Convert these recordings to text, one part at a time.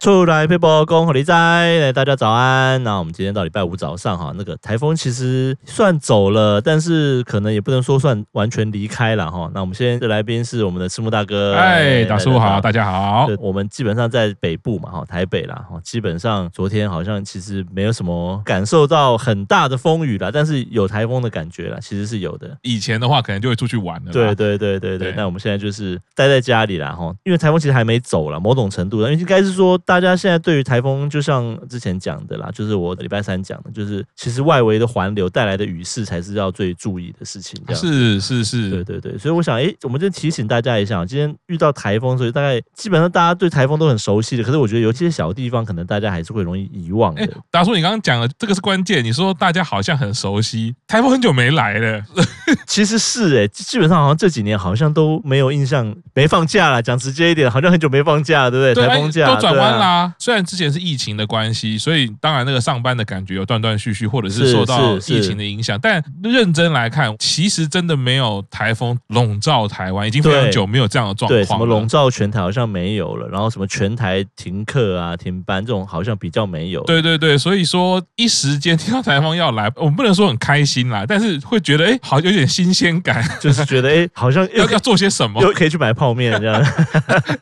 出来配波恭候你在，大家早安。那我们今天到礼拜五早上哈，那个台风其实算走了，但是可能也不能说算完全离开了哈。那我们现在的来宾是我们的赤木大哥，哎，大叔好，大家好。对，我们基本上在北部嘛，哈，台北啦，哈，基本上昨天好像其实没有什么感受到很大的风雨啦，但是有台风的感觉啦，其实是有的。以前的话可能就会出去玩了，对，对对对对，对那我们现在就是待在家里啦，哈，因为台风其实还没走啦，某种程度上，因为应该是说大家现在对于台风，就像之前讲的啦，就是我礼拜三讲的，就是其实外围的环流带来的雨势才是要最注意的事情，这样是是对是，对对，所以我想，诶，我们就提醒大家一下，今天遇到台风，所以大概基本上大家对台风都很熟悉的，可是我觉得有一些小地方，可能大家还是会容易遗忘的。哎，大叔，你刚刚讲的这个是关键，你说大家好像很熟悉，台风很久没来了，其实是诶，基本上好像这几年好像都没有印象，没放假了。讲直接一点，好像很久没放假了，对不对？对，台哎风假都转对啊弯啦。虽然之前是疫情的关系，所以当然那个上班的感觉有断断续续，或者是是受到是是疫情的影响，但认真来看，其实真的没有台风笼罩台湾，已经非常对久没有这样的状对，什况么了。笼罩全台好像没有了，然后什么全台停课啊、停班这种好像比较没有。对对对，所以说一时间听到台风要来，我们不能说很开心啦，但是会觉得哎，诶好有点新鲜 感，就是觉得诶，哎好像又要可要做些什又么，可以去买泡面这 样。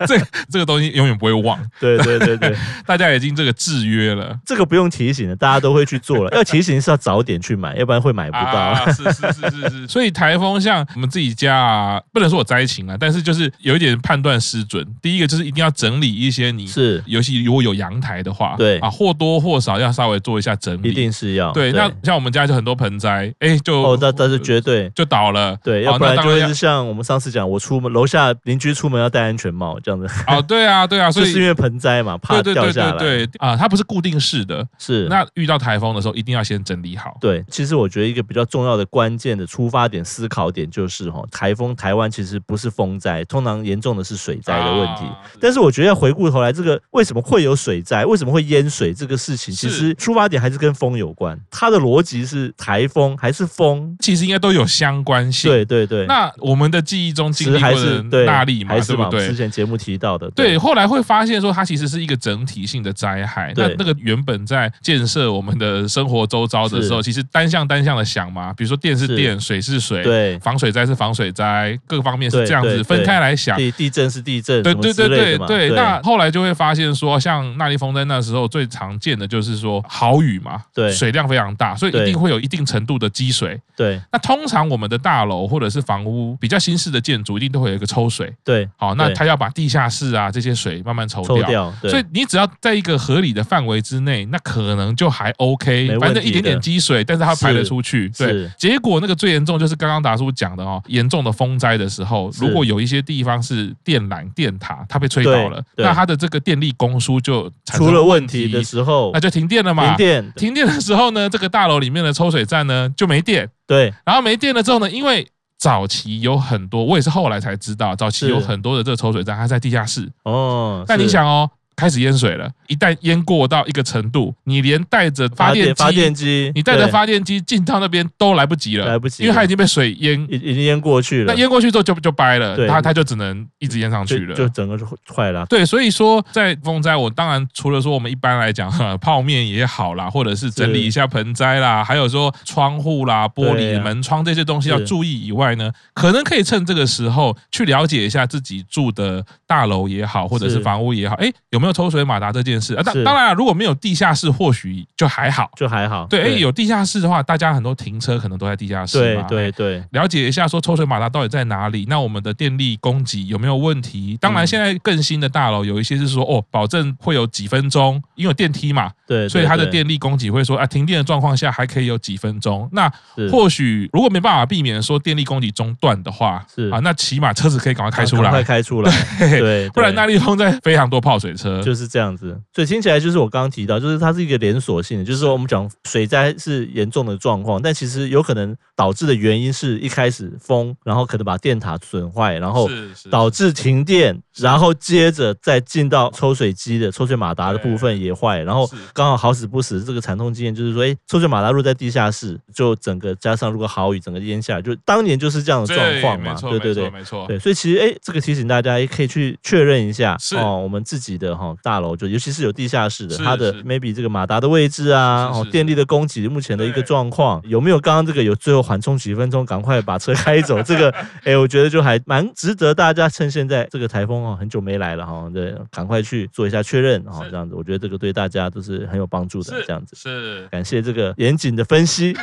这这个东西永远不会忘，对对对对。大家已经这个制约了。这个不用提醒的，大家都会去做了。要提醒是要早点去买，要不然会买不到。啊，是是是是是， 所以台风像我们自己家啊，不能说我灾情啊，但是就是有一点判断失准。第一个就是一定要整理一些你，是，尤其如果有阳台的话，对啊，或多或少要稍微做一下整一理。定是要。对，那像我们家就很多盆栽，哎，就哦，那那是绝对。就倒了，对，哦要不然那就当会要是像我们上次讲，我出门楼下邻居出门要戴安全帽这样子，哦，对啊，对啊，所就以是因为盆栽嘛，怕对对掉对下对来。对啊、它不是固定式的。是，那遇到台风的时候，一定要先整理好。对，其实我觉得一个比较重要的关键的出发点、思考点就是哈，台风台湾其实不是风灾，通常严重的是水灾的问题。啊但是我觉得要回顾头来，这个为什么会有水灾，为什么会淹水这个事情，其是实出发点还是跟风有关。它的逻辑是台风还是风？其实应该都有相关性。对对对，那我们的记忆中其经实历过还是的对那里嘛，还是对嘛不我们对之？前节目提到的，对，后来会发现说它其实是一个整体性的灾害。那对那个原本在建设我们的生活周遭的时候，其实单项单项的想嘛，比如说电是是电，水是水，对防水灾是防水灾，各方面对是这样对子分对开来想。地地震是地震，对什么对之对类对的嘛对，那后来就会发现说，像那莉风灾那时候最常见的就是说豪雨嘛，对水量非常大，所以对一定会有一定程度的积水。对那通常我们的大楼或者是房屋比较新式的建筑，一定都会有一个抽水。对，好，那对它要把地下室啊这些水慢慢抽抽掉。掉，对所以你只要在一个合理的范围之内，那可能就还 OK，没问题的反正一点点积水，但是它排得出去。是对是，结果那个最严重就是刚刚达叔讲的哦，严重的风灾的时候，是如果有一些地方是电缆、电塔它被吹倒了，对对那它的这个电力供输就产生出了问问题的时候那，就停电了嘛。停电，停电的时候呢，这个大楼里面的抽水站呢就没电，对然后没电了之后呢，因为早期有很多，我也是后来才知道，早期是有很多的这个抽水站它在地下室，哦，但你是想哦，开始淹水了，一旦淹过到一个程度，你连带着发发电机，发电机，你带着对发电机进到那边都来不及了，来不及了因为它已经被水淹。已已经淹过去了，那淹过去之后就就掰了对，它它就只能一直淹上去就就了。整个就坏了。对，所以说在风灾，我当然除了说我们一般来讲，呵泡面也好啦，或者是整理一下盆栽啦，还有说窗户啦、玻对璃、啊门窗这些东西要是注意以外呢，可能可以趁这个时候去了解一下自己住的大楼也好，或者是是房屋也好，哎，有没有抽水马达这件事啊？当是当然啊，如果没有地下室，或许就还好。就还好。对，哎，有地下室的话，大家很多停车可能都在地下室对嘛。哎对对，了解一下说抽水马达到底在哪里，那我们的电力供给有没有问题？当然，嗯现在更新的大楼有一些是说哦，保证会有几分钟，因为有电梯嘛，对，所以对它的对电力供给会说啊，停电的状况下还可以有几分钟。那是或许如果没办法避免说电力供给中断的话，是啊啊，那起码车子可以赶快开出赶快来，开出来，嘿嘿对， 不然对那里风在非常多泡水车。就是这样子。所以听起来就是我刚刚提到，就是它是一个连锁性的，就是说我们讲水灾是严重的状况，但其实有可能导致的原因是一开始风，然后可能把电塔损坏，然后。是是导致停电，然后接着再进到抽水机的抽水马达的部分也坏，然后是刚好好死不死，这个惨痛经验就是说，哎，抽水马达落在地下室，就整个加上如果豪雨整个淹下来，就当年就是这样的状对况没嘛，错对对没错对。没错，对，所以其实哎，这个提醒大家也可以去确认一下是哦，我们自己的哈、哦，大楼就尤其是有地下室的，是它的是 maybe 这个马达的位置啊，是哦是，电力的供给目前的一个对状况，有没有刚刚这个有最后缓冲几分钟，赶快把车开走？这个，哎，我觉得就还蛮值得大家趁现在这个台风哦，很久没来了哈、哦，对，赶快去做一下确认哦是，这样子，我觉得这个对大家都是很有帮助的，是这样子。是感谢这个严谨的分析，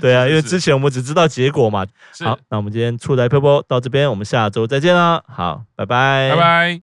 对啊，因为之前我们只知道结果嘛，是，好，那我们今天出来漂泊到这边，我们下周再见啦。好，拜拜，拜。拜。